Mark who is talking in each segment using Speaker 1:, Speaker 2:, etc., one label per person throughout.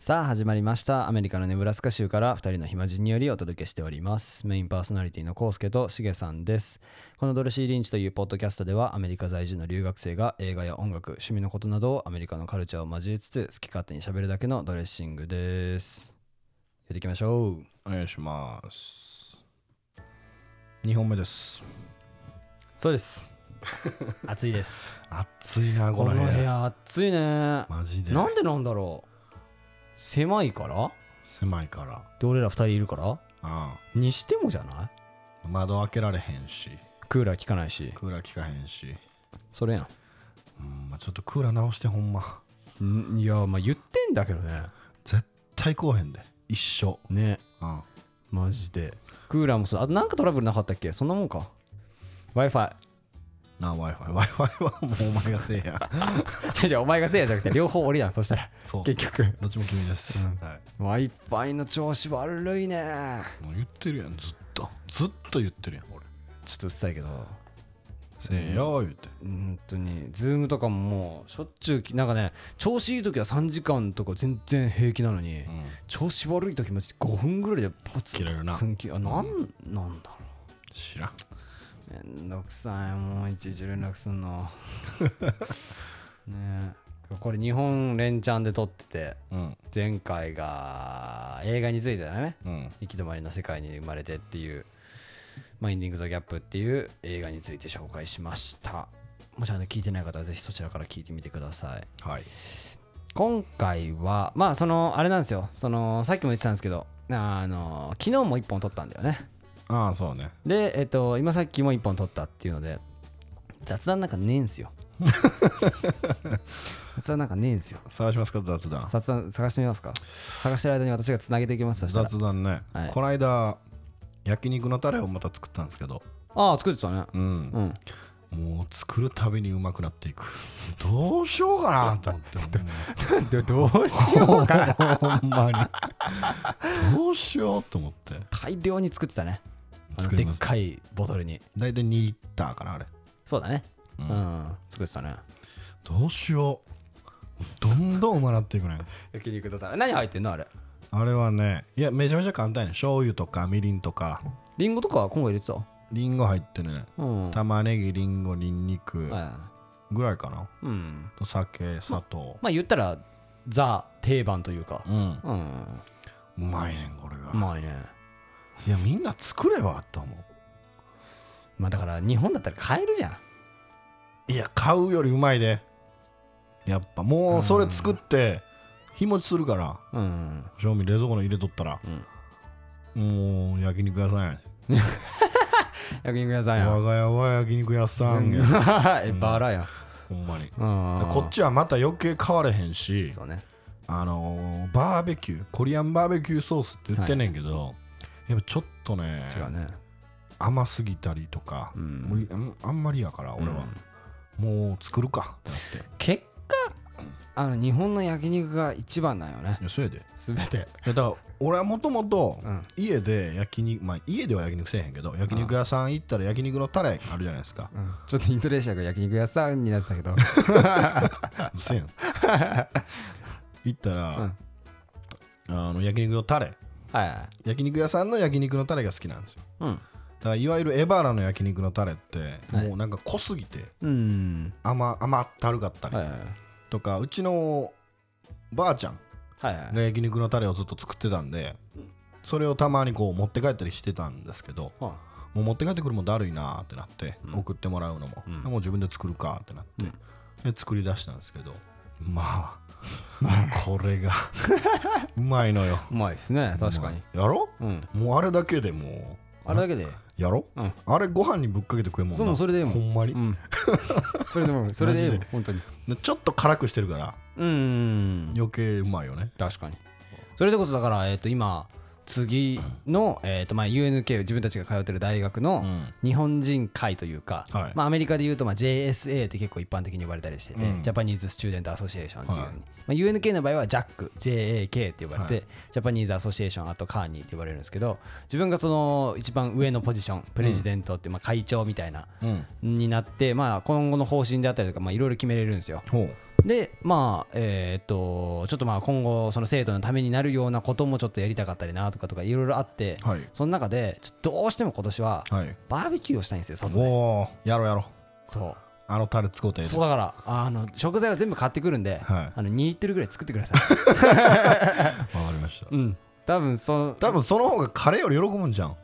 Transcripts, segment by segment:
Speaker 1: さあ始まりましたアメリカのネブラスカ州から2人の暇人によりお届けしておりますメインパーソナリティのコウスケとしげさんですこのドルシー・リンチというポッドキャストではアメリカ在住の留学生が映画や音楽趣味のことなどをアメリカのカルチャーを交えつつ好き勝手に喋るだけのドレッシングですやっていきましょう
Speaker 2: お願いします。2本目です。
Speaker 1: そうです暑いです
Speaker 2: 暑い な、
Speaker 1: こ
Speaker 2: こ
Speaker 1: の
Speaker 2: の部
Speaker 1: 部
Speaker 2: 屋。
Speaker 1: 屋暑いねな
Speaker 2: マジで。
Speaker 1: んでなんだろう狭いから
Speaker 2: 狭いから。
Speaker 1: で俺ら2人いるから
Speaker 2: あ
Speaker 1: にしてもじゃない
Speaker 2: あ窓開けられへんし、
Speaker 1: クーラー効かないし
Speaker 2: クーラー効かへんし。
Speaker 1: それや
Speaker 2: うん、まあ、ちょっとクーラー直してほんま。
Speaker 1: んんいやまあ言ってんだけどね
Speaker 2: 絶対こうへんで。一緒。
Speaker 1: ね
Speaker 2: あ
Speaker 1: マジでクーラーもそうあとなんかトラブルなかったっけそんなもんか w i f i
Speaker 2: あなあ、Wi-Fi。Wi-Fi はもうお前がせえ や。
Speaker 1: じゃじゃお前がせいやじゃなく て両方俺やんそしたら
Speaker 2: そう。
Speaker 1: 結局
Speaker 2: どっちも君です。
Speaker 1: うん
Speaker 2: はい。
Speaker 1: w i f i の調子悪いね
Speaker 2: もう言ってるやん、ずっと。ずっと言ってるやん、俺。
Speaker 1: ちょっとうっさいけど
Speaker 2: せえよ、言って。
Speaker 1: 本当にズームとかももうしょっちゅうきなんかね調子いい時は3時間とか全然平気なのに、
Speaker 2: うん。
Speaker 1: 調子悪い時も5分ぐらいでポツ
Speaker 2: 切れるな
Speaker 1: ツン切あなんなんだろ
Speaker 2: 知らん。
Speaker 1: うめんどくさいもういちいち連絡すんのねえこれ日本連チャンで撮ってて
Speaker 2: うん。
Speaker 1: 前回が映画についてだね
Speaker 2: うん。
Speaker 1: 行き止まりの世界に生まれてっていう「マインディング・ザ・ギャップ」っていう映画について紹介しましたもしあの聞いてない方はぜひそちらから聞いてみてください
Speaker 2: はい。
Speaker 1: 今回はまあそのあれなんですよそのさっきも言ってたんですけどあの昨日も1本撮ったんだよね
Speaker 2: ああ、そうね。
Speaker 1: でえっと今さっきも1本撮ったっていうので雑談なんかねえんす よ雑談なんかねえんすよ
Speaker 2: 探しますか、雑談。
Speaker 1: 雑談探してみますか探してる間に私がつなげていきますそしたら
Speaker 2: 雑談ね、
Speaker 1: はい
Speaker 2: こないだ焼肉のタレをまた作ったんですけど、
Speaker 1: ああ作ってたね
Speaker 2: うん
Speaker 1: うん
Speaker 2: もう作るたびにうまくなっていくどうしようかなと思って
Speaker 1: で どうしようかな
Speaker 2: ほんまにどうしようと思って
Speaker 1: 大量に作ってたねあの
Speaker 2: 作
Speaker 1: で
Speaker 2: り
Speaker 1: っ
Speaker 2: ます
Speaker 1: かいボトルに
Speaker 2: 大体2リッターかなあれ、
Speaker 1: そうだね
Speaker 2: う
Speaker 1: うんん、作ってたね
Speaker 2: どうしようどんどんうまなっていくね
Speaker 1: 焼肉とたら何入ってんのあれ
Speaker 2: あれはねいやめちゃめちゃ簡単やね醤油とかみりんとか
Speaker 1: リンゴとか今後入れてた
Speaker 2: りんご入ってね
Speaker 1: うん
Speaker 2: 玉ねぎりんごにんにく
Speaker 1: は
Speaker 2: ぐらいかな、
Speaker 1: いうん
Speaker 2: と酒砂糖
Speaker 1: まあ言ったらザ定番というか
Speaker 2: うん
Speaker 1: うん
Speaker 2: うまいねんこれが
Speaker 1: うまいね
Speaker 2: いやみんな作ればと思
Speaker 1: まあだから日本だったら買えるじゃん
Speaker 2: ういや買うよりうまいでやっぱもうそれ作って日持ちするから
Speaker 1: うん
Speaker 2: 賞味冷蔵庫の入れとったら、もう焼肉屋さんやね
Speaker 1: 焼肉屋さんや
Speaker 2: 我が家は焼肉屋 さんや、
Speaker 1: えバラや
Speaker 2: ほんまに
Speaker 1: うん
Speaker 2: こっちはまた余計買われへんし
Speaker 1: そうね
Speaker 2: あのーバーベキューコリアンバーベキューソースって言ってんねんけど、やっぱちょっとね
Speaker 1: 違うね
Speaker 2: 甘すぎたりとか、
Speaker 1: うん
Speaker 2: もういあんまりやから俺は、もう作るかってなって
Speaker 1: 結果あの日本の焼肉が一番なんよね
Speaker 2: いやそやで
Speaker 1: 全て
Speaker 2: いやだから俺はもともと
Speaker 1: うん
Speaker 2: 家で焼肉まあ家では焼肉せえへんけど焼肉屋さん行ったら焼肉のタレあるじゃないですか
Speaker 1: うんちょっとイントネシアが焼肉屋さんになってた けど
Speaker 2: うせ えん行ったら、あの焼肉のタレ
Speaker 1: は
Speaker 2: 焼肉屋さんの焼肉のタレが好きなんですよ
Speaker 1: いうん
Speaker 2: だからいわゆるエバーラの焼肉のタレって、
Speaker 1: はい
Speaker 2: もうなんか濃すぎて
Speaker 1: うん
Speaker 2: 甘甘ったるかったり
Speaker 1: はいはい
Speaker 2: とか、うちのばあちゃん
Speaker 1: はいはい
Speaker 2: が焼肉のタレをずっと作ってたんで、それをたまにこう持って帰ったりしてたんですけど
Speaker 1: は
Speaker 2: もう持って帰ってくるもだるいなーってなって、
Speaker 1: うん
Speaker 2: 送ってもらうのも、
Speaker 1: うん
Speaker 2: もう自分で作るかってなって、で作り出したんですけど まあこれがうまいのよ
Speaker 1: いうまいですね確かに
Speaker 2: うまいやろ
Speaker 1: うん
Speaker 2: もうあれだけでも
Speaker 1: あれだけで
Speaker 2: うやろ
Speaker 1: うん
Speaker 2: あれご飯にぶっかけて食えんもんな
Speaker 1: そうもうそれでいいもん
Speaker 2: ほんまに、
Speaker 1: うんそれでもそれでいいもん本当に
Speaker 2: でちょっと辛くしてるから
Speaker 1: うん
Speaker 2: 余計うまいよね
Speaker 1: 確かにそれでこそだからえっと今次の、えーとまあ、UNK 自分たちが通ってる大学の、
Speaker 2: うん
Speaker 1: 日本人会というか、
Speaker 2: はい
Speaker 1: まあ、アメリカでいうとまあ JSA って結構一般的に呼ばれたりしてて、
Speaker 2: うん
Speaker 1: ジャパニーズ・スチューデント・アソシエーションっていうふうに、
Speaker 2: はい
Speaker 1: まあ、UNK の場合は JAC、JAK って呼ばれて、
Speaker 2: はい
Speaker 1: ジャパニーズ・アソシエーション、あとカーニーって呼ばれるんですけど、自分がその一番上のポジション、プレジデントっていう、まあ、会長みたいな、
Speaker 2: うん
Speaker 1: になって、まあ、今後の方針であったりとか、まあ、いろいろ決めれるんですよ。
Speaker 2: ほう
Speaker 1: でまあえーっとちょっとまあ今後その生徒のためになるようなこともちょっとやりたかったりなとかとかいろいろあって、
Speaker 2: はい
Speaker 1: その中でちょっとどうしても今年は
Speaker 2: はい
Speaker 1: バーベキューをしたいんですよ外で
Speaker 2: おーやろうやろう
Speaker 1: そ
Speaker 2: あのタレ使うて
Speaker 1: うそうだからあの食材は全部買ってくるんで、
Speaker 2: はい
Speaker 1: あの2リットルぐらい作ってくださ い
Speaker 2: わかりました
Speaker 1: うん多分そ
Speaker 2: 多分その方がカレーより喜ぶんじゃん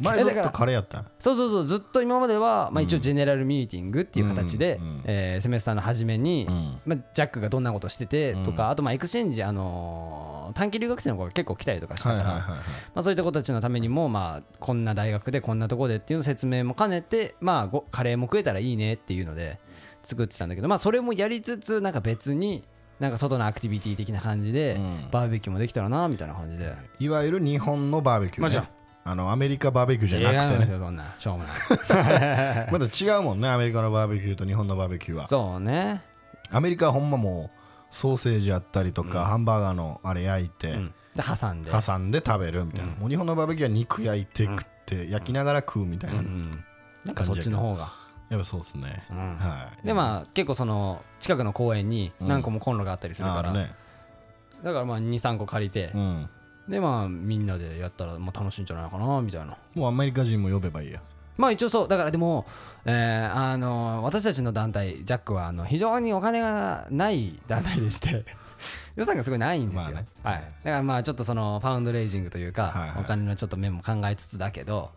Speaker 2: 前
Speaker 1: え
Speaker 2: ず
Speaker 1: だか
Speaker 2: っ
Speaker 1: ら
Speaker 2: とカレーやったんや
Speaker 1: そうそうそうずっと今までは、まあ、一応ジェネラルミーティングっていう形で、
Speaker 2: うんうん
Speaker 1: えーセメスターの初めに、
Speaker 2: ん
Speaker 1: まあ、ジャックがどんなことしててとか、
Speaker 2: うん
Speaker 1: あとまあエクスチェンジ、あのー短期留学生の子が結構来たりとかした
Speaker 2: はい
Speaker 1: か
Speaker 2: は
Speaker 1: ら、
Speaker 2: いはいはい
Speaker 1: まあ、そういった子たちのためにも、まあ、こんな大学でこんなとこでっていうの説明も兼ねて、まあ、ごカレーも食えたらいいねっていうので作ってたんだけど、まあ、それもやりつつなんか別になんか外のアクティビティ的な感じで、
Speaker 2: うん
Speaker 1: バーベキューもできたらなみたいな感じで。
Speaker 2: いわゆる日本のバーベキュー、ね
Speaker 1: まあじゃ
Speaker 2: あのアメリカバーベキューじゃなく
Speaker 1: 違うんで
Speaker 2: てね
Speaker 1: すよそんなしょうもない
Speaker 2: まだ違うもんねアメリカのバーベキューと日本のバーベキューは
Speaker 1: そうね
Speaker 2: アメリカはほんまもうソーセージやったりとか、ハンバーガーのあれ焼いて、
Speaker 1: うんで挟んで
Speaker 2: 挟んで食べるみたいな、もう日本のバーベキューは肉焼いて食って、焼きながら食うみたいな、
Speaker 1: うんなんかそっちの方が
Speaker 2: やっぱそうですね、
Speaker 1: ん
Speaker 2: はい
Speaker 1: でまあ結構その近くの公園に何個もコンロがあったりする
Speaker 2: あ
Speaker 1: か
Speaker 2: あ
Speaker 1: ら、
Speaker 2: るね
Speaker 1: だからまあ23個借りて
Speaker 2: う、ん
Speaker 1: でまあみんなでやったらまあ楽しいんじゃないかなみたいな
Speaker 2: もうアメリカ人も呼べばいいや
Speaker 1: まあ一応そうだからでも、えーあの私たちの団体ジャックはあの非常にお金がない団体でして 予算がすごいないんですよ、
Speaker 2: ま
Speaker 1: はい、
Speaker 2: あね
Speaker 1: だからまあちょっとそのファウンドレイジングというか、
Speaker 2: はいはい
Speaker 1: お金のちょっと面も考えつつだけど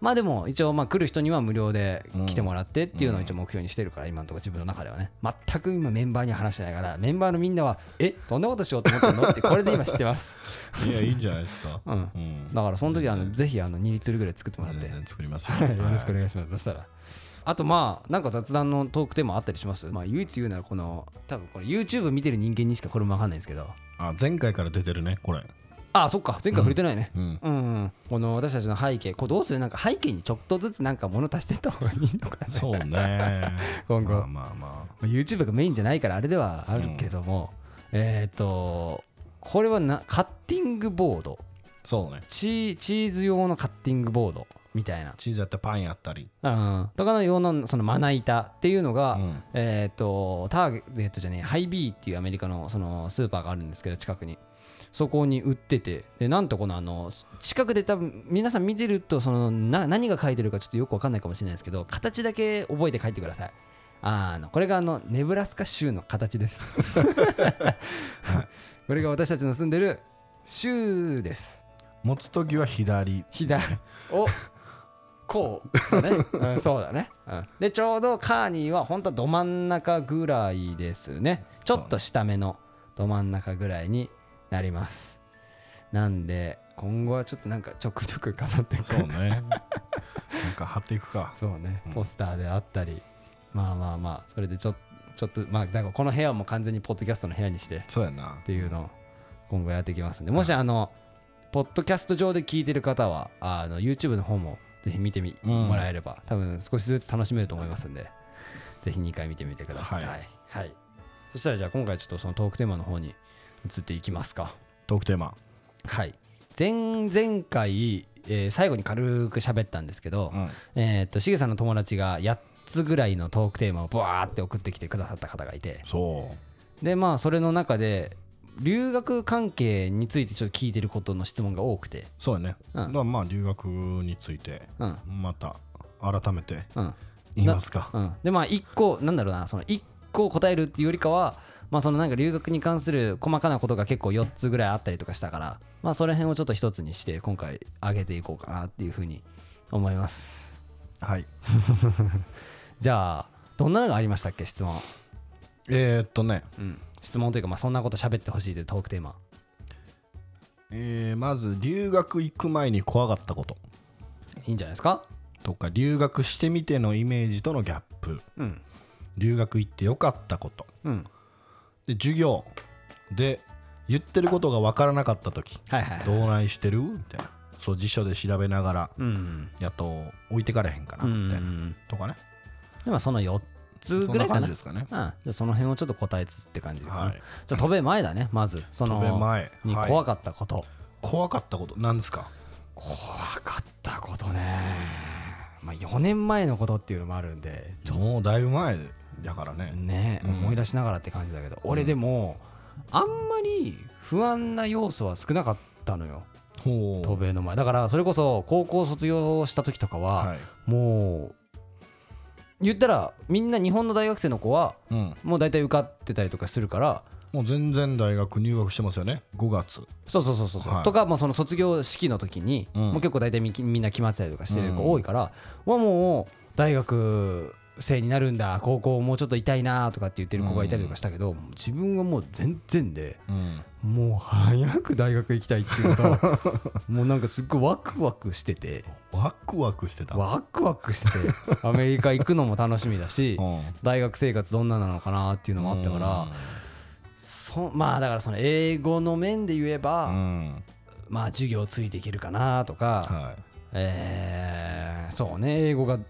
Speaker 1: まあでも一応まあ来る人には無料で来てもらってっていうのを一応目標にしてるから今のところ自分の中ではね全く今メンバーには話してないからメンバーのみんなはえそんなことしようと思ってるのってこれで今知ってます
Speaker 2: いやいいんじゃないですか
Speaker 1: うん
Speaker 2: うん
Speaker 1: だからその時はあのぜひあの2リットルぐらい作ってもらって
Speaker 2: 全然作りま すよ
Speaker 1: はいよろしくお願いします。そしたら。あとまあなんか雑談のトークテーマあったりしますまあ唯一言うならこの多分これ YouTube 見てる人間にしかこれもわかんないんですけど
Speaker 2: あ前回から出てるねこれ
Speaker 1: ああそっか前回触れてないね
Speaker 2: うん
Speaker 1: うん、うんこの私たちの背景これどうするなんか背景にちょっとずつなんか物足してった方がいいのかな
Speaker 2: そう ね
Speaker 1: 今後
Speaker 2: まあまあまあ
Speaker 1: まあ YouTube がメインじゃないからあれではあるけども、えっ、とこれはなカッティングボード
Speaker 2: そうね
Speaker 1: チーチーズ用のカッティングボードみたいな
Speaker 2: チーズやったりパンやったり
Speaker 1: うん、とかのようなそのまな板っていうのが、
Speaker 2: うん
Speaker 1: えっ、とターゲットじゃねえハイビーっていうアメリカのそのスーパーがあるんですけど近くにそこに売っててでなんとこのあの近くで多分皆さん見てるとそのな何が書いてるかちょっとよくわかんないかもしれないですけど形だけ覚えて書いてくださいあのこれがあのネブラスカ州の形です これが私たちの住んでる州です
Speaker 2: 持つ時は左
Speaker 1: 左をこうだね、うん、そうだね、うん、でちょうどカーニーは本当はど真ん中ぐらいですねちょっと下目のど真ん中ぐらいになりますなんで今後はちょっとなんかちょくちょく飾っていく
Speaker 2: そうね なんか貼っていくか
Speaker 1: そうねポスターであったり、まあまあまあそれでちょちょっとまあだからこの部屋も完全にポッドキャストの部屋にして
Speaker 2: そうやな
Speaker 1: っていうのを今後やっていきますんでもしあのポッドキャスト上で聞いてる方はあの YouTube の方もぜひ見てみ、
Speaker 2: うん
Speaker 1: もらえれば多分少しずつ楽しめると思いますんでぜひ2回見てみてください、は
Speaker 2: はい
Speaker 1: そしたらじゃあ今回ちょっとそのトークテーマの方に移っていきますか
Speaker 2: トークテーマ
Speaker 1: はい前々回、えー最後に軽く喋ったんですけど、
Speaker 2: うん
Speaker 1: えーっとしげさんの友達が8つぐらいのトークテーマをブワーって送ってきてくださった方がいて、
Speaker 2: そう
Speaker 1: でまあそれの中で留学関係についてちょっと聞いてることの質問が多くて
Speaker 2: そうやね、
Speaker 1: うん
Speaker 2: だからまあ留学について
Speaker 1: うん
Speaker 2: また改めて
Speaker 1: うん
Speaker 2: 言いますか
Speaker 1: うんでまあ一個なんだろうなその一個答えるっていうよりかはまあそのなんか留学に関する細かなことが結構4つぐらいあったりとかしたからまあその辺をちょっと一つにして今回上げていこうかなっていうふうに思います
Speaker 2: はい
Speaker 1: じゃあどんなのがありましたっけ質問、
Speaker 2: えー、っとね、
Speaker 1: うん、質問というかまあそんなこと喋ってほしいというトークテーマ
Speaker 2: えーまず留学行く前に怖かったこと
Speaker 1: いいんじゃないですか
Speaker 2: とか留学してみてのイメージとのギャップ
Speaker 1: うん
Speaker 2: 留学行ってよかったこと
Speaker 1: うん
Speaker 2: で授業で言ってることが分からなかった時
Speaker 1: はいはいはい
Speaker 2: どうないしてるみたいなそう辞書で調べながら
Speaker 1: うん
Speaker 2: やっと置いてかれへんかな
Speaker 1: う
Speaker 2: みたいなんとかね
Speaker 1: でもその4つ
Speaker 2: そん
Speaker 1: ぐら
Speaker 2: ない
Speaker 1: か
Speaker 2: 感
Speaker 1: な
Speaker 2: じですかね
Speaker 1: うん、じゃあその辺をちょっと答えつつって感じかな、
Speaker 2: はい
Speaker 1: じゃあ飛べ前だねまずその
Speaker 2: 飛べ前
Speaker 1: に
Speaker 2: はい
Speaker 1: 怖かったこと、
Speaker 2: 怖かったことなんですか
Speaker 1: 怖かったことねまあ4年前のことっていうのもあるんで
Speaker 2: もうだいぶ前だからね
Speaker 1: ね、
Speaker 2: うん
Speaker 1: 思い出しながらって感じだけど俺でもあんまり不安な要素は少なかったのよ
Speaker 2: ほう
Speaker 1: 渡米の前だからそれこそ高校卒業した時とかは、
Speaker 2: はい
Speaker 1: もう言ったらみんな日本の大学生の子は
Speaker 2: うん
Speaker 1: もう大体受かってたりとかするから
Speaker 2: もう全然大学入学してますよね5月
Speaker 1: そうそうそうそうそう、
Speaker 2: はい
Speaker 1: とかもうその卒業式の時に、
Speaker 2: うん
Speaker 1: もう結構大体みみんな決まってたりとかしてる子多いから、はもう大学生になるんだ高校もうちょっといたいなとかって言ってる子がいたりとかしたけど、もう自分はもう全然で
Speaker 2: うん
Speaker 1: もう早く大学行きたいっていう のともうなんかすっごいワクワクしてて
Speaker 2: ワクワクしてた
Speaker 1: ワクワクしててアメリカ行くのも楽しみだし
Speaker 2: うん
Speaker 1: 大学生活どんななのかなっていうのもあったからそまあだからその英語の面で言えば、
Speaker 2: うん
Speaker 1: まあ授業ついていけるかなとか、
Speaker 2: は
Speaker 1: えーそうね英語が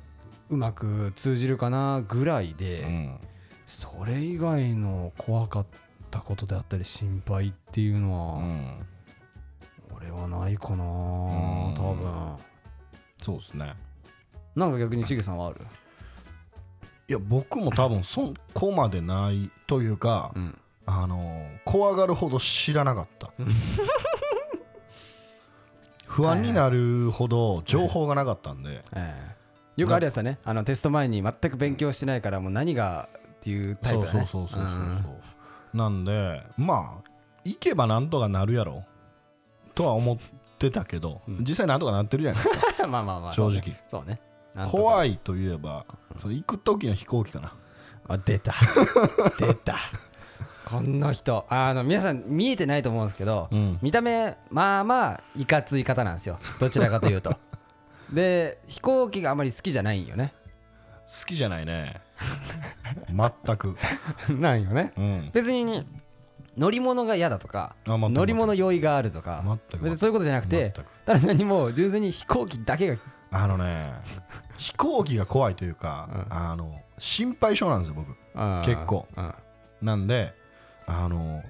Speaker 1: うまく通じるかなぐらいで、
Speaker 2: いうん
Speaker 1: それ以外の怖かったことであったり心配っていう
Speaker 2: う
Speaker 1: のは、
Speaker 2: ん
Speaker 1: 俺はないかな、
Speaker 2: ん
Speaker 1: 多分
Speaker 2: そうですね
Speaker 1: なんか逆にしげさんはある、
Speaker 2: いや僕も多分そこまでないというか
Speaker 1: うん、
Speaker 2: あの怖がるほど知らな かった不安になるほど情報がなかったんで
Speaker 1: ええよくあるやつだねあのテスト前に全く勉強してないからもう何がっていうタイ
Speaker 2: そ
Speaker 1: プ
Speaker 2: う
Speaker 1: だ
Speaker 2: そう
Speaker 1: ね
Speaker 2: そうそうそう
Speaker 1: うん
Speaker 2: そうなんでまあ行けばなんとかなるやろとは思ってたけど
Speaker 1: うん
Speaker 2: 実際なんとかなってるじゃないです か
Speaker 1: まあまあまあ
Speaker 2: 正直
Speaker 1: そうねなんとか
Speaker 2: 怖いといえばその行く時の飛行機かな
Speaker 1: あ出 た出たこの人あの皆さん見えてないと思うんですけど、
Speaker 2: うん
Speaker 1: 見た目まあまあいかつい方なんですよどちらかというと で飛行機があまり好きじゃないんよね
Speaker 2: 好きじゃな いね全く
Speaker 1: ないよね
Speaker 2: うん
Speaker 1: 別に乗り物が嫌だとか
Speaker 2: あ全く
Speaker 1: 乗り物用意があるとか
Speaker 2: 全く
Speaker 1: 別にそういうことじゃなくて
Speaker 2: 全く
Speaker 1: ただ何も純粋に飛行機だけが
Speaker 2: あのね飛行機が怖いというかあの心配性なんですよ僕
Speaker 1: うん
Speaker 2: 結構
Speaker 1: うん
Speaker 2: なんであの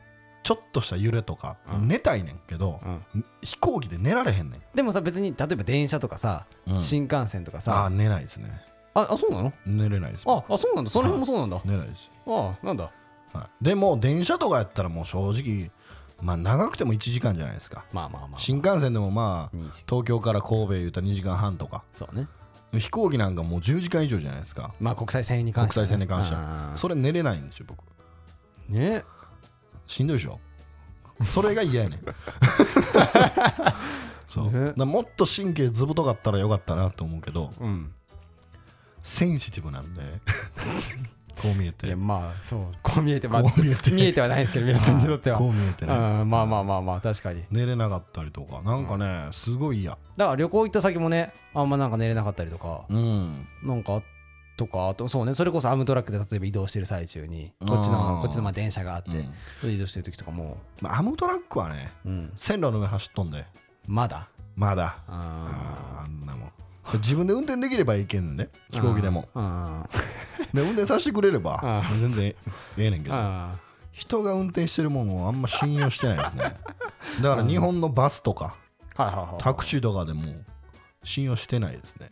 Speaker 2: ちょっとした揺れとか
Speaker 1: うん
Speaker 2: 寝たいねんけど
Speaker 1: うん
Speaker 2: 飛行機で寝られへんねん
Speaker 1: でもさ別に例えば電車とかさ、
Speaker 2: うん
Speaker 1: 新幹線とか
Speaker 2: ああ
Speaker 1: さ
Speaker 2: 寝ないですね
Speaker 1: ああそうなの
Speaker 2: 寝れないです
Speaker 1: ああそうなんだその辺もそうなんだ
Speaker 2: 寝ないです、
Speaker 1: ああなんだ
Speaker 2: はい、でも電車とかやったらもう正直まあ長くても1時間じゃないですか
Speaker 1: まあまあまあ
Speaker 2: 新幹線でもまあ
Speaker 1: 2時
Speaker 2: 東京から神戸言うたら2時間半とか
Speaker 1: そうね
Speaker 2: 飛行機なんかもう10時間以上じゃないですか
Speaker 1: まあ国際線に関
Speaker 2: 国
Speaker 1: しては
Speaker 2: 際
Speaker 1: ね、
Speaker 2: 線に関しては
Speaker 1: あ
Speaker 2: それ寝れないんですよ僕
Speaker 1: ーね
Speaker 2: しんどいでしょそれが嫌やねん そう
Speaker 1: ね
Speaker 2: だからもっと神経ずぶとかったらよかったなと思うけど
Speaker 1: うん
Speaker 2: センシティブなんで こう見え
Speaker 1: い
Speaker 2: て
Speaker 1: やまあそう こう見えてまあ
Speaker 2: こう見えて
Speaker 1: 見えてはないですけど皆さんにとっては
Speaker 2: こう見えてね
Speaker 1: うんまあまあまあまあ確かに
Speaker 2: 寝れなかったりとかなんかね、すごい嫌
Speaker 1: だから旅行行った先もねあんまなんか寝れなかったりとか、
Speaker 2: うん
Speaker 1: なんかとかあとそうねそれこそアムトラックで例えば移動してる最中に
Speaker 2: あー
Speaker 1: こっちのこっちのまあ電車があって、
Speaker 2: うん
Speaker 1: それで移動してる時とかも
Speaker 2: まあ、アムトラックはね
Speaker 1: う、うん、
Speaker 2: 線路の上走っとんで
Speaker 1: まだ
Speaker 2: まだ
Speaker 1: あ
Speaker 2: あーあんなもん自分で運転できればいけんねんね
Speaker 1: ー
Speaker 2: 飛行機 でも
Speaker 1: あー
Speaker 2: で運転させてくれれ
Speaker 1: あ
Speaker 2: ば全然ええねんけど
Speaker 1: あ
Speaker 2: 人が運転してるもんをあんま信用してないで すねだから日本のバスとか
Speaker 1: ーはいはいはい
Speaker 2: タクシーとかでも信用してないですね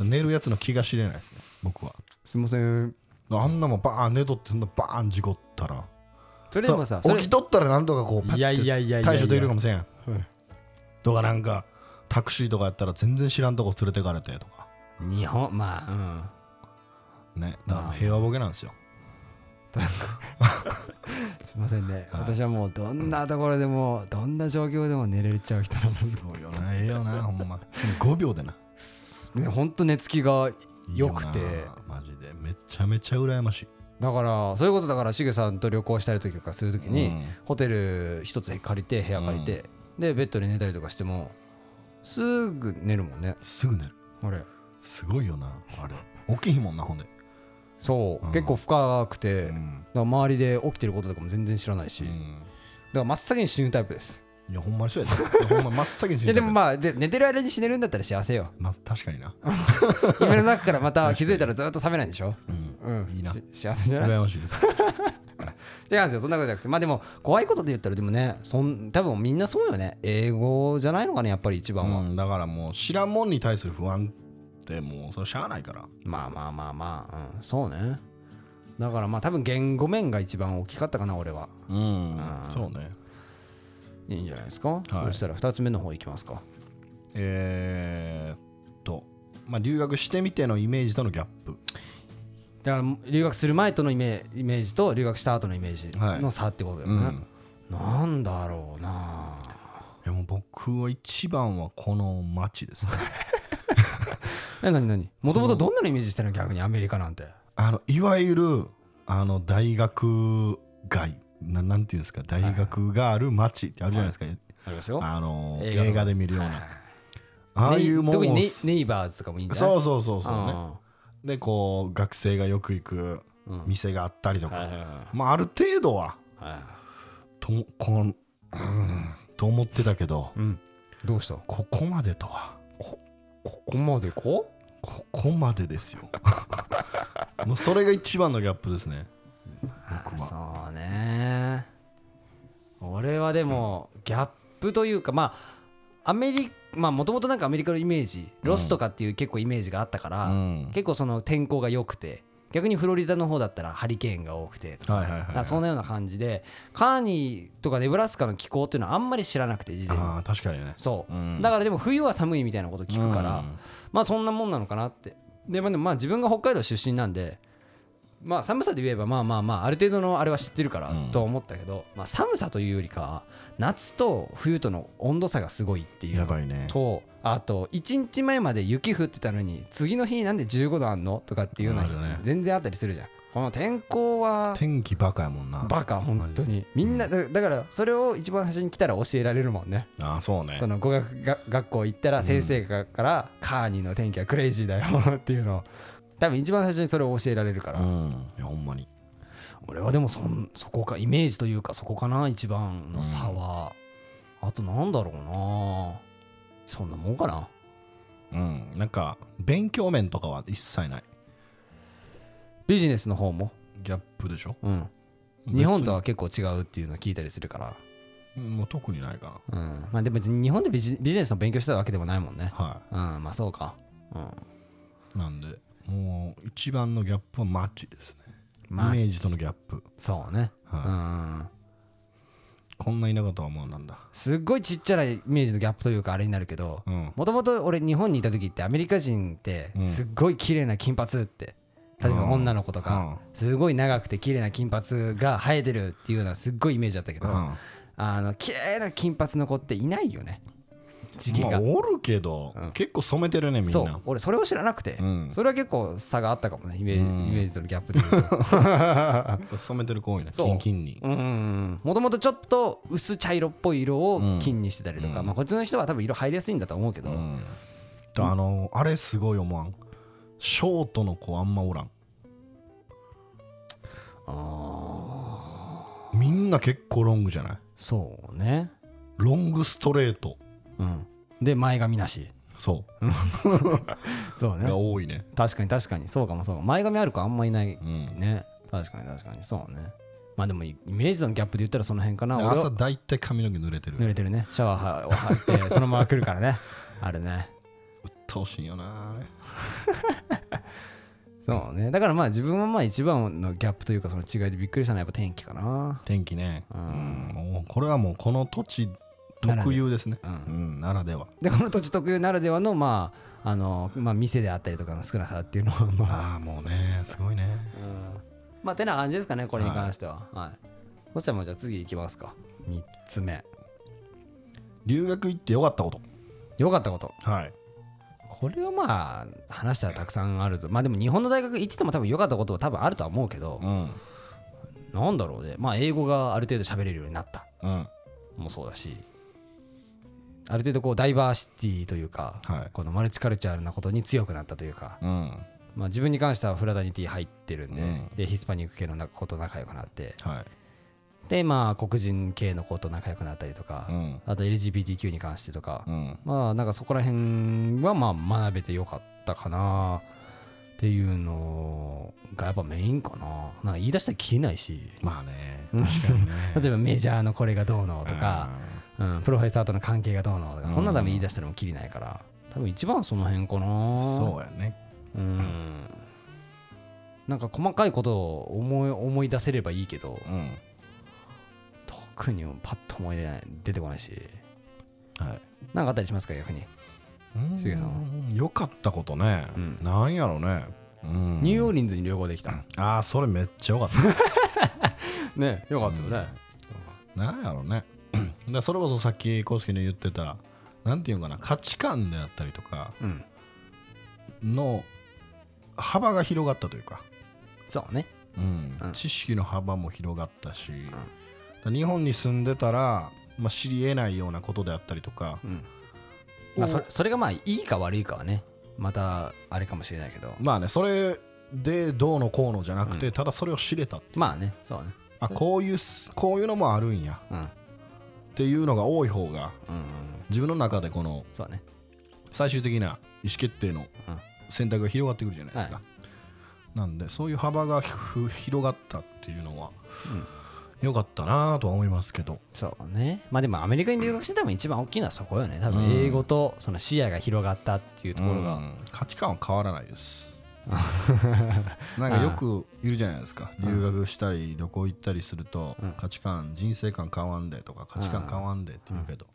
Speaker 2: 寝るやつの気が知れないですね僕は
Speaker 1: すいません
Speaker 2: あんなもんバーン寝とってそんなバーン事故ったら
Speaker 1: それでもさ
Speaker 2: そう
Speaker 1: そ
Speaker 2: 起
Speaker 1: れ
Speaker 2: きとったらなんとかこうパッて
Speaker 1: いやいやいやいやいや
Speaker 2: 対処できるかもしれんとかなんかタクシーとかやったら全然知らんとこ連れてかれてとか
Speaker 1: 日本まあうん
Speaker 2: ねだから平和ボケなんですよ
Speaker 1: すいませんね、
Speaker 2: はい
Speaker 1: 私はもうどんなところでも、どんな状況でも寝れちゃう人なの
Speaker 2: すごいよなええよなほんま5秒でな
Speaker 1: で、ね、ほんと寝つきが良くて
Speaker 2: いいよなマジでめちゃめちゃ羨ましい
Speaker 1: だからそれこそだからしげさんと旅行したりとかするときに、
Speaker 2: うん
Speaker 1: ホテル一つ借りて部屋借りて、でベッドに寝たりとかしてもすぐ寝るもんね
Speaker 2: すぐ寝る
Speaker 1: あれ
Speaker 2: すごいよな あれ起きひもんなほんで
Speaker 1: そう、
Speaker 2: うん
Speaker 1: 結構深くて、
Speaker 2: う
Speaker 1: だか
Speaker 2: ん
Speaker 1: ら周りで起きてることとかも全然知らないし、
Speaker 2: うん
Speaker 1: から真っ先に死ぬタイプです
Speaker 2: いやほんまにそうやでいやほんま真っ先に死
Speaker 1: い
Speaker 2: ぬ
Speaker 1: やでもまあで寝てる間に死ねるんだったら幸せよ
Speaker 2: まあ確かにな、
Speaker 1: 夢の中からまた気づいたらずっと冷めないんでしょ
Speaker 2: うん、
Speaker 1: うん
Speaker 2: いいな
Speaker 1: し幸せじゃない
Speaker 2: 羨ましいです
Speaker 1: 違うんですよそんなことじゃなくてまあでも怖いことで言ったらでもねそん多分みんなそうよね英語じゃないのかねやっぱり一番は、
Speaker 2: うんだからもう知らんもんに対する不安ってもうそれしゃあないから
Speaker 1: まあまあまあまあ、うん、そうねだからまあ多分言語面が一番大きかったかな俺は
Speaker 2: うん
Speaker 1: あー
Speaker 2: そうね
Speaker 1: いいんじゃないですか、そしたら2つ目の方いきますか
Speaker 2: えー、っとまあ留学してみてのイメージとのギャップ
Speaker 1: だから留学する前とのイメイメージと留学した後のイメージの差ってことだよね、
Speaker 2: うん
Speaker 1: なんだろうない
Speaker 2: やもう僕は一番はこの街ですね
Speaker 1: え何何もともとどんなのイメージしてるの逆にアメリカなんて
Speaker 2: あのいわゆるあの大学街ななんていうんですか大学がある街ってあるじゃないですか、
Speaker 1: ありますよ
Speaker 2: あの
Speaker 1: 映画とか
Speaker 2: 映画で見るようなああいうもんを
Speaker 1: 特にネイネイバーズとかもいいんじゃない
Speaker 2: そうそうそうそうね
Speaker 1: あ
Speaker 2: でこう学生がよく行く
Speaker 1: ーうん
Speaker 2: 店があったりとか、
Speaker 1: はいはいはい
Speaker 2: まあある程度は
Speaker 1: はい
Speaker 2: ともこのうんと思ってたけど
Speaker 1: うん、どうした
Speaker 2: ここまでとは
Speaker 1: ここまでか
Speaker 2: ここまでですよ もうそれが一番のギャップですね
Speaker 1: そうね俺はでもギャップというかまあアメリまあもともとなんかアメリカのイメージロスとかっていう結構イメージがあったから、
Speaker 2: うん
Speaker 1: 結構その天候が良くて逆にフロリダの方だったらハリケーンが多くてとか,、
Speaker 2: はいはいはいはい
Speaker 1: そんなような感じでカーニーとかネブラスカの気候っていうのはあんまり知らなくて事前に
Speaker 2: ああ確かにね
Speaker 1: そう、
Speaker 2: うん
Speaker 1: だからでも冬は寒いみたいなこと聞くから、まあそんなもんなのかなってで,、まあ、でもまあ自分が北海道出身なんでまあ寒さで言えばまあまあまあある程度のあれは知ってるから
Speaker 2: うん
Speaker 1: とは思ったけど、まあ寒さというよりかは夏と冬との温度差がすごいって
Speaker 2: うん
Speaker 1: いう
Speaker 2: や
Speaker 1: の
Speaker 2: ばいね
Speaker 1: とあと1日前まで雪降ってたのに次の日なんで15度あんのとかっていうの
Speaker 2: ある
Speaker 1: は
Speaker 2: ね
Speaker 1: 全然あったりするじゃんこの天候は
Speaker 2: 天気バカやもんな
Speaker 1: バカ本当にみんなだだからそれを一番最初に来たら教えられるもんね
Speaker 2: ああそうね
Speaker 1: その語学が学校行ったら先生がから、カーニーの天気はクレイジーだよっていう のを多分一番最初にそれを教えられるから、
Speaker 2: うんいやほんまに
Speaker 1: 俺はでもそんそこかイメージというかそこかな一番の差は、あとなんだろうなそんなもんかな
Speaker 2: うんなんか勉強面とかは一切ない
Speaker 1: ビジネスの方も、
Speaker 2: ギャップでしょ
Speaker 1: うん、日本とは結構違うっていうのを聞いたりするから、
Speaker 2: 別にもう特にないか
Speaker 1: うん、まあでも別に日本でビジビジネスの勉強してたわけでもないもんね
Speaker 2: なは
Speaker 1: うんまあそうか、うん、
Speaker 2: いなんでもう一番のギャップはマッチですね
Speaker 1: まあ
Speaker 2: イメージとのギャップ
Speaker 1: そうね、
Speaker 2: はい
Speaker 1: うん
Speaker 2: こんな田舎とは思うなんだ
Speaker 1: すっごいちっちゃなイメージのギャップというかあれになるけど
Speaker 2: うん
Speaker 1: もともと俺日本にいた時ってアメリカ人って
Speaker 2: うん
Speaker 1: すっごい綺麗な金髪って例えば女の子とかすごい長くて綺麗な金髪が生えてるっていうのはすっごいイメージだったけ
Speaker 2: う
Speaker 1: ど
Speaker 2: んうん
Speaker 1: あの綺麗な金髪の子っていないよね時期
Speaker 2: まあ
Speaker 1: が
Speaker 2: おるけど
Speaker 1: うん
Speaker 2: 結構染めてるねみん
Speaker 1: そ
Speaker 2: な
Speaker 1: う俺それを知らなくて
Speaker 2: うん
Speaker 1: それは結構差があったかもねイメージ
Speaker 2: うん
Speaker 1: イメージとのギャップで言うと
Speaker 2: 染めてる子多いね
Speaker 1: そう
Speaker 2: キンキンに
Speaker 1: うんうんうんもともとちょっと薄茶色っぽい色を金にしてたりとか
Speaker 2: うん
Speaker 1: まあこっちの人は多分色入りやすいんだと思うけど
Speaker 2: うんとあのあれすごい思わんショートの子あんまおらんみんな結構ロングじゃない
Speaker 1: そうね
Speaker 2: ロングストレート
Speaker 1: うん、で前髪なし
Speaker 2: そ
Speaker 1: そう
Speaker 2: うが多いね
Speaker 1: 確かに確かにそうかもそうかも前髪ある子あんまいない
Speaker 2: うん
Speaker 1: ね確かに確かにそうねまあでもイイメージとのギャップで言ったらその辺かな
Speaker 2: で
Speaker 1: 俺は
Speaker 2: 朝大体髪の毛濡れてる
Speaker 1: 濡れてるねシャワーは を入ってそのまま来るからね あれね
Speaker 2: 鬱陶しいよなあれ
Speaker 1: そうねだからまあ自分はまあ一番のギャップというかその違いでびっくりしたのはやっぱ天気かな
Speaker 2: 天気ね
Speaker 1: う
Speaker 2: うんんもうこれはもうこの土地特有ですね
Speaker 1: う
Speaker 2: うんんならでは
Speaker 1: でこの土地特有ならではのまああの、まあ、店であったりとかの少なさっていうのは まあ、
Speaker 2: ああもうねすごいね
Speaker 1: うんまあてな感じですかねこれに関してははい、そしたらもうじゃあ次いきますか3つ目
Speaker 2: 留学行ってよかったこと
Speaker 1: 良かったこと
Speaker 2: はい
Speaker 1: これはまあ話したらたくさんあるとまあでも日本の大学行ってても多分良かったことは多分あるとは思うけど
Speaker 2: うん
Speaker 1: なんだろうねまあ英語がある程度喋れるようになった
Speaker 2: うん
Speaker 1: もそうだしある程度こうダイバーシティというか
Speaker 2: はい
Speaker 1: このマルチカルチャールなことに強くなったというか、
Speaker 2: うん
Speaker 1: まあ、自分に関してはフラダニティ入ってるんで,、
Speaker 2: うん
Speaker 1: でヒスパニック系のなこと仲良くなって
Speaker 2: はい
Speaker 1: でまあ黒人系の子と仲良くなったりとか、
Speaker 2: うん
Speaker 1: あと LGBTQ に関してとか、
Speaker 2: うん
Speaker 1: まあなんかそこら辺はまあ学べてよかったかなっていうのがやっぱメインかななんか言い出したら消えないし
Speaker 2: まあね確か にね
Speaker 1: 例えばメジャーのこれがどうのとか、うん、プロフェッサーとの関係がどうのとかそんな多分言い出したらもうきりないから多分一番はその辺かな
Speaker 2: うんそうやね
Speaker 1: うんなんか細かいことを思い思い出せればいいけど
Speaker 2: うん
Speaker 1: 特にパッと思い出ない出てこないし
Speaker 2: はい
Speaker 1: なんかあったりしますか逆にしげさ
Speaker 2: んよかったことね、
Speaker 1: うん
Speaker 2: なんやろね、うん
Speaker 1: ニューオーリンズに旅行できた
Speaker 2: ああそれめっちゃよかった
Speaker 1: ねよかったよね
Speaker 2: なんやろね だからそれこそさっき康介に言ってたなんていうのかな価値観であったりとか
Speaker 1: うん
Speaker 2: の幅が広がったというか、
Speaker 1: そうね
Speaker 2: うん
Speaker 1: うん
Speaker 2: 知識の幅も広がったし、だから日本に住んでたら、まあ、知り得ないようなことであったりとか、
Speaker 1: うんまあそれそれがまあいいか悪いかはねまたあれかもしれないけど
Speaker 2: まあねそれでどうのこうのじゃなくて、
Speaker 1: う
Speaker 2: ただそれを知れたっていう
Speaker 1: まあねそうね
Speaker 2: あこういうすこういうのもあるんや
Speaker 1: うん
Speaker 2: っていうのが多い方が
Speaker 1: うんうん
Speaker 2: 自分の中でこの
Speaker 1: そうね
Speaker 2: 最終的な意思決定の
Speaker 1: うん
Speaker 2: 選択が広がってくるじゃないですか、
Speaker 1: は
Speaker 2: なんでそういう幅がふ広がったっていうのは
Speaker 1: うん
Speaker 2: 良かったなとは思いますけど、
Speaker 1: そうねまあでもアメリカに留学してたの一番大きいのはそこよね多分
Speaker 2: うん
Speaker 1: 英語とその視野が広がったっていうところ
Speaker 2: う
Speaker 1: が
Speaker 2: ん価値観は変わらないです なんかよくいるじゃないですか留学したり旅行行ったりすると、
Speaker 1: うん
Speaker 2: 価値観人生観変わんでとか価値観変わんでって言うけど、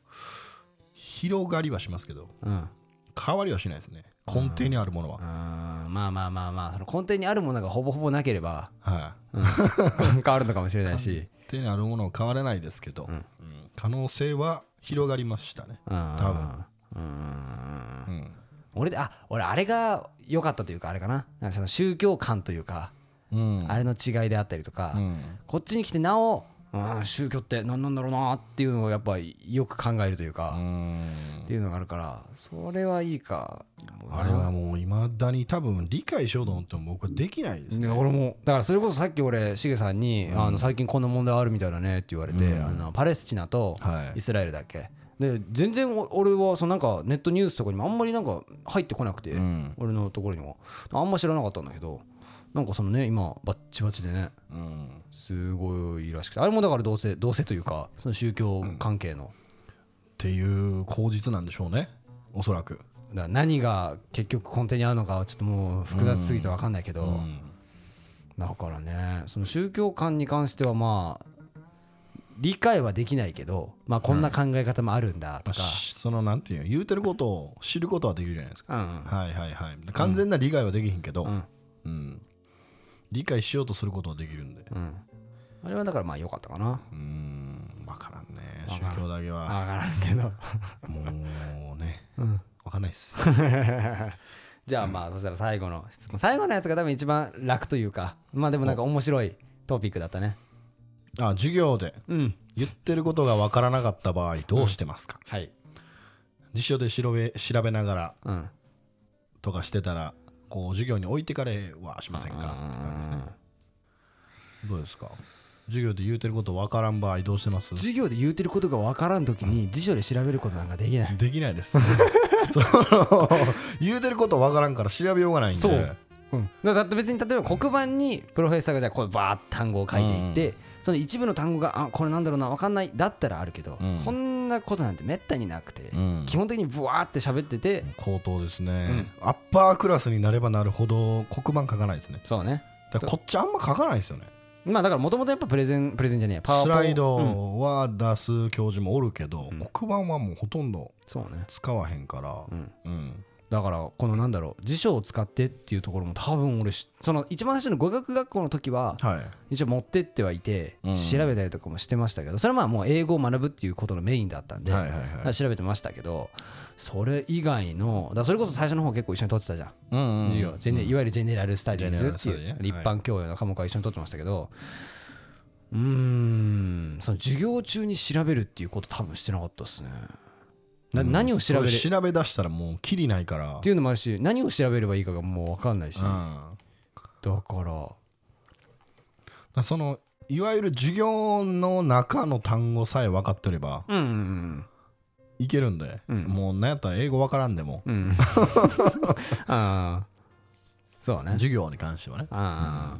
Speaker 2: 広がりはしますけど
Speaker 1: うん
Speaker 2: 変わりはしないですね根底にあるものは、
Speaker 1: あーまあまあまあまあその根底にあるものがほぼほぼなけれ ば
Speaker 2: はい
Speaker 1: 変わるのかもしれないし、
Speaker 2: 手にあるものは変わらないですけど、
Speaker 1: うん
Speaker 2: うん可能性は広がりましたね、
Speaker 1: うん、
Speaker 2: 多分
Speaker 1: うーん
Speaker 2: うん
Speaker 1: 俺であ俺あれが良かったというかあれかななんかその宗教観というか、
Speaker 2: うん
Speaker 1: あれの違いであったりとか、
Speaker 2: うん
Speaker 1: こっちに来てなお、うん、宗教って何なんだろうなっていうのをやっぱりよく考えるという
Speaker 2: う
Speaker 1: か、
Speaker 2: ん
Speaker 1: っていうのがあるからそれはいいかもな
Speaker 2: あれはもういまだに多分理解しようと思っても僕はできないです
Speaker 1: い
Speaker 2: ね、
Speaker 1: や俺もだからそれこそさっき俺しげさんに、あの最近こんな問題あるみたいだねって言われて、
Speaker 2: うん
Speaker 1: あのパレスチナと
Speaker 2: はい
Speaker 1: イスラエルだっけ、で全然お俺はそのなんかネットニュースとかにもあんまりなんか入ってこなくて、
Speaker 2: うん
Speaker 1: 俺のところにもあんま知らなかったんだけどなんかそのね今バッチバチでね
Speaker 2: うん
Speaker 1: すごいらしくてあれもだから同性同性というかその宗教関係の、
Speaker 2: っていう口実なんでしょうねおそらく、
Speaker 1: だから何が結局根底にあるのかはちょっともう複雑すぎて分かんないけど、
Speaker 2: うん
Speaker 1: だからねその宗教観に関してはまあ理解はできないけど、まあ、こんな考え方もあるんだと
Speaker 2: ま
Speaker 1: か、
Speaker 2: あしそのなんていうの言うてることを知ることはできるじゃないですか、
Speaker 1: うん
Speaker 2: はいはいはい完全な理解はできひんけど、
Speaker 1: うん
Speaker 2: うん理解しようとすることはできるんで
Speaker 1: うん、あれはだからまあ良かったかな
Speaker 2: うん分からんね
Speaker 1: わからん
Speaker 2: 宗教だけは
Speaker 1: 分からんけど
Speaker 2: もうね、わかんないっす。
Speaker 1: じゃあまあそしたら最後の質問最後のやつが多分一番楽というかまあでもなんか面白いトピックだったね
Speaker 2: あ、授業で
Speaker 1: うん
Speaker 2: 言ってることがわからなかった場合どうしてますか、
Speaker 1: はい
Speaker 2: 辞書で調べ調べながら
Speaker 1: うん
Speaker 2: とかしてたら、こう授業に置いてかれはしませんかって感じですね。どうですか授業で言うてることわからん場合どうしてます
Speaker 1: 授業で言うてることが分からん時に辞書で調べることなんかできない
Speaker 2: できない です。その言うてることわからんから調べようがないんで。
Speaker 1: そううん、だだって別に例えば黒板にプロフェッサーがじゃあこうバーッと単語を書いていって、その一部の単語があこれなんだろうな分かんないだったらあるけど、
Speaker 2: うん
Speaker 1: そんなことなんてめったになくて、
Speaker 2: うん
Speaker 1: 基本的にブワーって喋ってて、
Speaker 2: 口頭ですね、アッパークラスになればなるほど黒板書かないですね。
Speaker 1: そうね
Speaker 2: だからこっちあんま書かないですよね。
Speaker 1: まあだからもともとやっぱプレゼンプレゼンじゃねえやパワー
Speaker 2: ス
Speaker 1: ポ
Speaker 2: ライ
Speaker 1: うん
Speaker 2: ドは出す教授もおるけど、
Speaker 1: うん
Speaker 2: 黒板はもうほとんど
Speaker 1: そうね、
Speaker 2: 使わへんから、
Speaker 1: うん、
Speaker 2: うん
Speaker 1: だからこのなんだろう辞書を使ってっていうところも多分俺しその一番最初の語学学校の時は
Speaker 2: はい
Speaker 1: 一応持ってってはいて
Speaker 2: うん
Speaker 1: 調べたりとかもしてましたけどそれはまあもう英語を学ぶっていうことのメインだったんで、
Speaker 2: はいはいはい
Speaker 1: 調べてましたけどそれ以外のだからそれこそ最初の方結構一緒に取ってたじゃん、
Speaker 2: うん
Speaker 1: 授業ジェネいわゆるジェネラル・スタディーズって
Speaker 2: ジェネラルスタデ
Speaker 1: いう
Speaker 2: ィね
Speaker 1: 一般教養の科目は一緒に取ってましたけど、うーんその授業中に調べるっていうこと多分してなかったですねな、何を調べる
Speaker 2: そ
Speaker 1: っ
Speaker 2: れ調べ出したらもうきりないから
Speaker 1: ていうのもあるし何を調べればいいかがもう分かんないし、
Speaker 2: うん
Speaker 1: だから
Speaker 2: だからそのいわゆる授業の中の単語さえ分かってれば
Speaker 1: うんうん
Speaker 2: いけるんで、
Speaker 1: うん
Speaker 2: もうなんやったら英語分からんでも、
Speaker 1: うんうん ああそうね
Speaker 2: 授業に関してはね
Speaker 1: ああ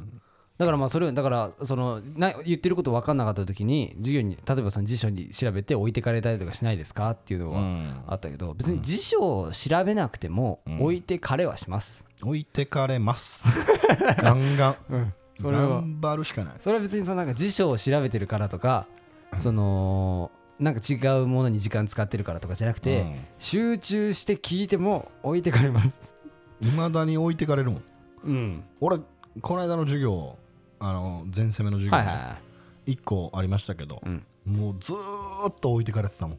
Speaker 1: だからまあそれだからそのな言ってること分かんなかった時に授業に例えばその辞書に調べて置いてかれたりとかしないですかっていうの
Speaker 2: う
Speaker 1: は
Speaker 2: ん
Speaker 1: あったけど別に辞書を調べなくても置いてかれはします、
Speaker 2: 置いてかれます ガンガン
Speaker 1: それは
Speaker 2: 頑張るしかない
Speaker 1: それは別にそのなんか辞書を調べてるからとかそのなんか違うものに時間使ってるからとかじゃなくて、集中して聞いても置いてかれます
Speaker 2: いま、未だに置いてかれるもん
Speaker 1: うん
Speaker 2: 俺この間の授業あの前攻めの授
Speaker 1: はい
Speaker 2: 業
Speaker 1: はいはい
Speaker 2: 1個ありましたけど、
Speaker 1: うん
Speaker 2: もうずーっと置いてかれて たもん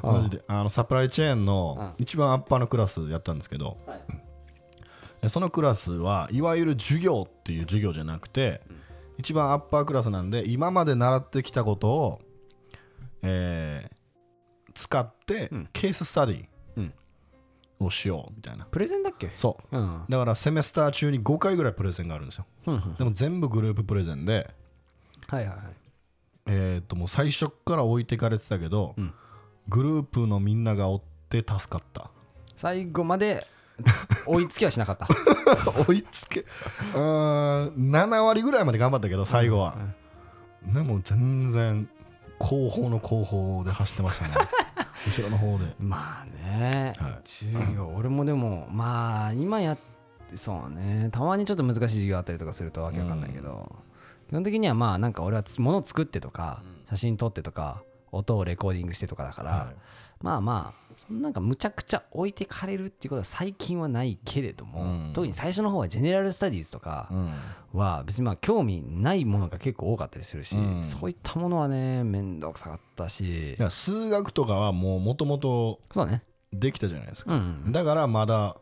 Speaker 2: マジであのサプライチェーンの一番アッパーのクラスやったんですけど、でそのクラスはいわゆる授業っていう授業じゃなくて、一番アッパークラスなんで今まで習ってきたことを、えー使って
Speaker 1: うん
Speaker 2: ケーススタディ
Speaker 1: うん
Speaker 2: をしようみたいな、
Speaker 1: プレゼンだっけ
Speaker 2: そう
Speaker 1: うん
Speaker 2: だからセメスター中に5回ぐらいプレゼンがあるんですよ
Speaker 1: はい
Speaker 2: でも全部グループプレゼンで
Speaker 1: はいはい
Speaker 2: えっともう最初っから置いてかれてたけど、
Speaker 1: うん
Speaker 2: グループのみんなが追って助かった
Speaker 1: 最後まで追いつきはしなかった
Speaker 2: 追いつけうーん7割ぐらいまで頑張ったけど最後は、でも全然後方の後方で走ってましたね後ろの方で
Speaker 1: まあね、
Speaker 2: はい
Speaker 1: 授業俺もでもまあ今やってそうねたまにちょっと難しい授業あったりとかするとわけわかんないけど、基本的にはまあなんか俺はつ物作ってとか写真撮ってとか音をレコーディングしてとかだから、
Speaker 2: は
Speaker 1: まあまあそんなんかむちゃくちゃ置いてかれるっていうことは最近はないけれども、
Speaker 2: うん
Speaker 1: 特に最初の方はジェネラルスタディーズとか
Speaker 2: いうん
Speaker 1: は別にまあ興味ないものが結構多かったりするし、
Speaker 2: うん
Speaker 1: そういったものはね面倒くさかったし
Speaker 2: だから数学とかはもうもともと
Speaker 1: そうね
Speaker 2: できたじゃないです
Speaker 1: う
Speaker 2: か、
Speaker 1: ん
Speaker 2: だからまだ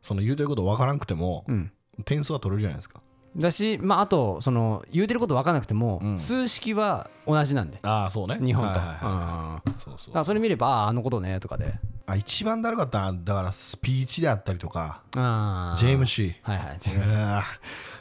Speaker 2: その言うてること分からなくても、
Speaker 1: うん
Speaker 2: 点数は取れるじゃないですか
Speaker 1: だし、まあ、あとその言うてること分からなくても、
Speaker 2: うん
Speaker 1: 数式は同じなんで
Speaker 2: ああそうね
Speaker 1: 日本と、
Speaker 2: はいはいはい
Speaker 1: うん
Speaker 2: そうそ
Speaker 1: だ
Speaker 2: う
Speaker 1: からそれ見ればあああのことねとかで
Speaker 2: あ一番だるかったなだからスピーチであったりとか
Speaker 1: あー
Speaker 2: JMC
Speaker 1: はいはいジェ
Speaker 2: あ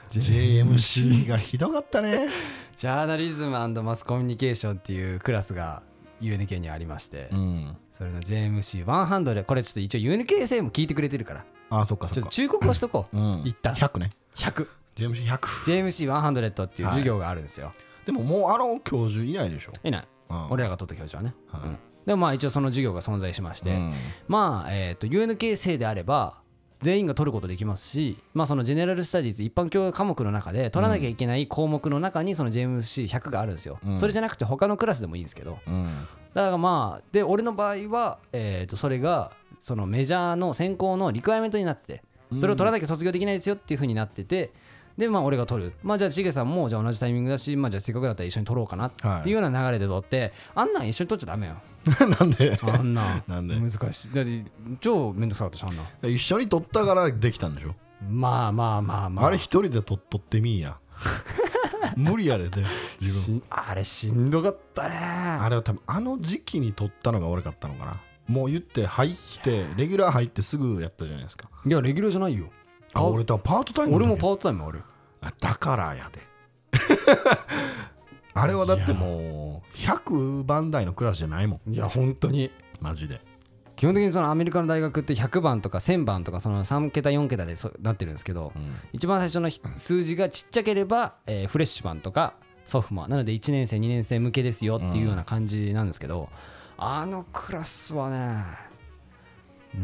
Speaker 2: ー JMC がひどかったね、
Speaker 1: ジャーナリズムマスコミュニケーションっていうクラスが UNK にはありまして、
Speaker 2: ん、
Speaker 1: それの JMC100 でこれちょっと一応 UNKSA も聞いてくれてるから
Speaker 2: あーそっかそ
Speaker 1: ち
Speaker 2: っ
Speaker 1: ょっと
Speaker 2: か
Speaker 1: 忠告をしとこう、
Speaker 2: うん
Speaker 1: 一旦
Speaker 2: 100ね
Speaker 1: 100
Speaker 2: JMC100
Speaker 1: JMC100 っていう授業があるんですよ、
Speaker 2: でももうあの教授いないでしょ、
Speaker 1: い、ない
Speaker 2: うん
Speaker 1: 俺らが取った教授はね、
Speaker 2: はい
Speaker 1: うんでもまあ一応その授業が存在しまして、
Speaker 2: うん
Speaker 1: まあ、えー、と UNK 生であれば全員が取ることできますし、まあ、そのジェネラル・スタディーズ一般教養科目の中で取らなきゃいけない項目の中にその JMC100 があるんですよ、
Speaker 2: うん
Speaker 1: それじゃなくて他のクラスでもいいんですけど
Speaker 2: うん
Speaker 1: だからまあで俺の場合は、えー、とそれがそのメジャーの専攻のリクエアメントになっててそれを取らなきゃ卒業できないですよっていうふうになっててでまあ俺が取るまあじゃあしげさんもじゃあ同じタイミングだしまあじゃあせっかくだったら一緒に取ろうかなって
Speaker 2: はい
Speaker 1: いうような流れで取ってあんなん一緒に取っちゃダメよ
Speaker 2: なん で
Speaker 1: あんなん
Speaker 2: なんで
Speaker 1: 難しいだって超めんどくさかったしあんなん
Speaker 2: 一緒に取ったからできたんでしょ、
Speaker 1: まあまあまあまあ
Speaker 2: あれ一人で取取ってみん や無理やれで自分
Speaker 1: しあれしんどかったね
Speaker 2: あれは多分あの時期に取ったのが悪かったのかなもう言って入ってレギュラー入ってすぐやったじゃないですか
Speaker 1: いやレギュラーじゃないよ
Speaker 2: あ俺多分パートタイムの
Speaker 1: 俺
Speaker 2: 時
Speaker 1: もパートタイムある
Speaker 2: あだからやで あれはだってもう100番台のクラスじゃないもん
Speaker 1: いや本当に
Speaker 2: マジで
Speaker 1: 基本的にそのアメリカの大学って100番とか1000番とかその3桁4桁でそなってるんですけど、一番最初のひ数字がちっちゃければ、えーフレッシュマンとかソフトマーなので1年生2年生向けですよっていうような感じなんですけど、あのクラスはね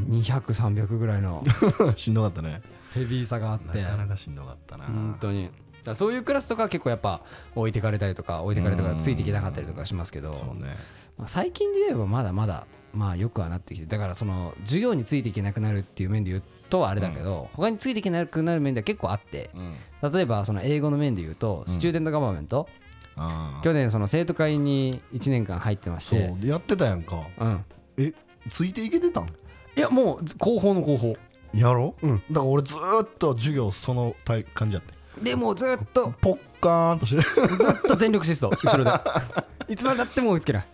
Speaker 1: 200300ぐらいの
Speaker 2: しんどかったね
Speaker 1: ヘビーさがあって
Speaker 2: なかなかしんどかったな
Speaker 1: 本当にだからそういうクラスとかは結構やっぱ置いてかれたりとか置いてかれたりとかついていけなかったりとかしますけど、
Speaker 2: そうね
Speaker 1: まあ、最近で言えばまだまだまあよくはなってきてだからその授業についていけなくなるっていう面で言うとはあれだけど、他についていけなくなる面では結構あって
Speaker 2: うん
Speaker 1: 例えばその英語の面で言うと、スチューデントガバメント
Speaker 2: ああ
Speaker 1: 去年その生徒会に1年間入ってまし
Speaker 2: そ
Speaker 1: て
Speaker 2: うやってたやんか
Speaker 1: うん
Speaker 2: えついていけてたん
Speaker 1: いやもうず後方の後方
Speaker 2: やろ、
Speaker 1: うん
Speaker 2: だから俺ずーっと授業そのタイ感じやって
Speaker 1: でもうずっと
Speaker 2: ポッカーンとして
Speaker 1: ずっと全力疾走後ろで いつまでたっても追いつけない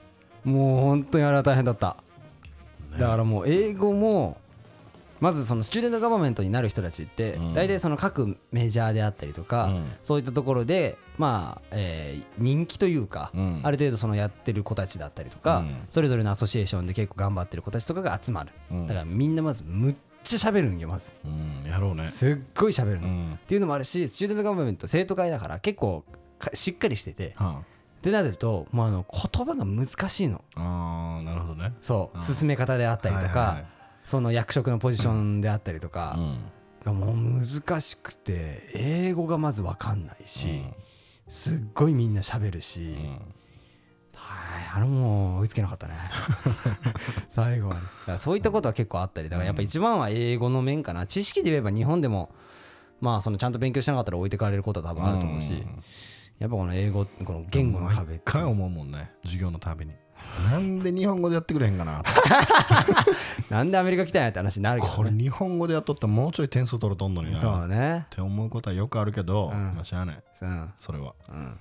Speaker 1: もう本当にあれは大変だっただからもう英語もまずそのスチューデントガバメントになる人たちって
Speaker 2: うん
Speaker 1: 大体その各メジャーであったりとか、
Speaker 2: うん
Speaker 1: そういったところでまあ、えー人気というか、
Speaker 2: うん
Speaker 1: ある程度そのやってる子たちだったりとか、
Speaker 2: うん
Speaker 1: それぞれのアソシエーションで結構頑張ってる子たちとかが集まる、
Speaker 2: うん
Speaker 1: だからみんなまずむっちゃ喋るんよまず
Speaker 2: うんやろうね
Speaker 1: すっごい喋る
Speaker 2: う
Speaker 1: の、っ
Speaker 2: ん
Speaker 1: ていうのもあるしスチューデントガバメント生徒会だから結構かしっかりしてて
Speaker 2: は
Speaker 1: でなるともうあの言葉が難しいの
Speaker 2: ああーなるほどね
Speaker 1: そううん進め方であったりとか、
Speaker 2: はいはいはい
Speaker 1: その役職のポジションであったりとか、
Speaker 2: うん
Speaker 1: がもう難しくて英語がまず分かんないし、
Speaker 2: うん
Speaker 1: すっごいみんな喋るし、
Speaker 2: うん
Speaker 1: はいあれもう追いつけなか ったね最後までだからそういったことは結構あったりだからやっぱ一番は英語の面かな知識で言えば日本でもまあそのちゃんと勉強してなかったら置いてかれることは多分あると思うし、
Speaker 2: ん
Speaker 1: やっぱこの英語この言語の壁っ
Speaker 2: 毎
Speaker 1: て
Speaker 2: 回思うもんね授業のたびになんで日本語でやってくれへんかな
Speaker 1: なんでアメリカ来たんやって話になるけ
Speaker 2: こ
Speaker 1: ど
Speaker 2: れ
Speaker 1: ね
Speaker 2: 日本語でやっとったらもうちょい点数取るとんのに
Speaker 1: そ
Speaker 2: な
Speaker 1: う
Speaker 2: っ
Speaker 1: ね
Speaker 2: て思うことはよくあるけど、
Speaker 1: うん
Speaker 2: まあしゃあない
Speaker 1: うん
Speaker 2: それは
Speaker 1: うん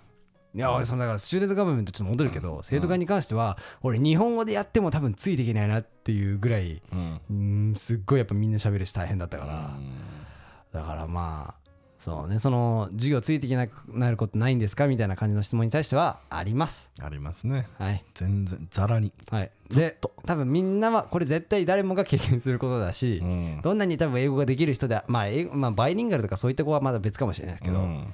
Speaker 1: いや俺そのだからスチューデントガバメントちょっと戻るけど生徒会に関しては俺日本語でやっても多分ついていけないなっていうぐらい
Speaker 2: うん
Speaker 1: うんすっごいやっぱみんな喋るし大変だったか
Speaker 2: う
Speaker 1: ら
Speaker 2: ん
Speaker 1: だからまあそうねその授業ついていけなくなることないんですかみたいな感じの質問に対してはあります
Speaker 2: ありますね
Speaker 1: はい
Speaker 2: 全然ざらに、
Speaker 1: はいで多分みんなはこれ絶対誰もが経験することだし
Speaker 2: うん
Speaker 1: どんなに多分英語ができる人でまあ英語まあバイリンガルとかそういった子はまだ別かもしれないですけど、
Speaker 2: うん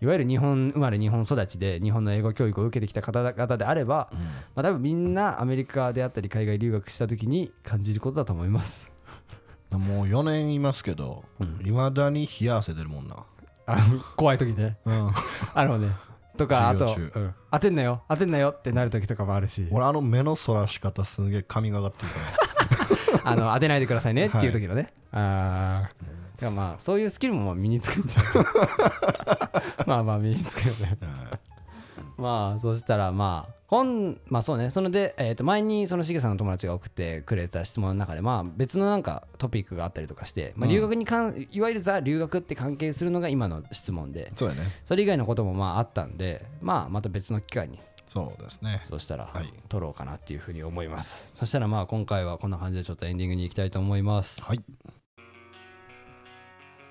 Speaker 1: いわゆる日本生まれ日本育ちで日本の英語教育を受けてきた方々であれば、
Speaker 2: ん
Speaker 1: まあ、多分みんなアメリカであったり海外留学した時に感じることだと思います。
Speaker 2: もう4年いますけどいま、未だに冷や汗出るもんな、
Speaker 1: あの怖い時ね。
Speaker 2: うん、
Speaker 1: あのね。とかあと、
Speaker 2: 授業
Speaker 1: うん当てんなよ当てんなよってなる時とかもあるし
Speaker 2: 俺あの目のそらし方すげえ髪が上がってるから
Speaker 1: あの当てないでくださいねっていう時のね。ああ。だからまあそういうスキルもまあ身につくんじゃない まあまあ身につくよね。まあそしたらまあ今まあそうねそれで、えー、と前にそのしげさんの友達が送ってくれた質問の中でまあ別のなんかトピックがあったりとかして、まあ、留学に関いわゆるザ留学って関係するのが今の質問で
Speaker 2: そうやね
Speaker 1: それ以外のこともまああったんでまあまた別の機会に
Speaker 2: そうですね
Speaker 1: そうしたら
Speaker 2: はい
Speaker 1: 撮ろうかなっていうふうに思います、そしたらまあ今回はこんな感じでちょっとエンディングに行きたいと思います
Speaker 2: はい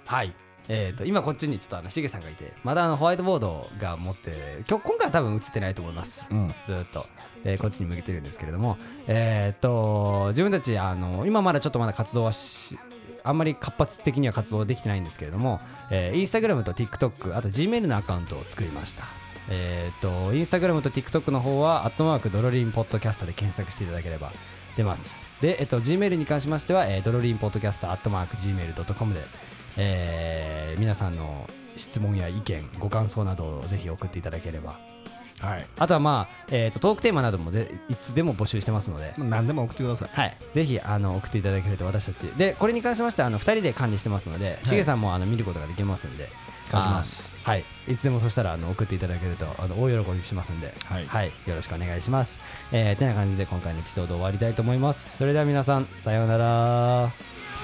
Speaker 1: はいえー、と今こっちにちょっとあのしげさんがいてまだあのホワイトボードが持って今日今回は多分映ってないと思います
Speaker 2: うん
Speaker 1: ずーっと、えーこっちに向けてるんですけれども、えーっと自分たちあの今まだちょっとまだ活動はしあんまり活発的には活動できてないんですけれども、えー、インスタグラムと TikTok あと Gmail のアカウントを作りました。えーっとインスタグラムと TikTok の方は「アットマークドロリンポッドキャスト」で検索していただければ出ますで、えっと、Gmail に関しましては、えードロリンポッドキャストアットマーク Gmail.com で、えー皆さんの質問や意見ご感想などをぜひ送っていただければ
Speaker 2: はい
Speaker 1: あとはまあ、えー、とトークテーマなどもぜいつでも募集してますので、
Speaker 2: まあ何でも送ってください
Speaker 1: はい、ぜひあの送っていただけると私たちでこれに関しましてはあの2人で管理してますのでしげ、さんもあの見ることができますんで
Speaker 2: 書きます
Speaker 1: あーはいいつでもそしたらあの送っていただけるとあの大喜びしますんで、
Speaker 2: はい
Speaker 1: よろしくお願いしますえー、てな感じで今回のエピソード終わりたいと思いますそれでは皆さんさような
Speaker 3: 「
Speaker 1: ら
Speaker 3: 君の声が聞こえてる」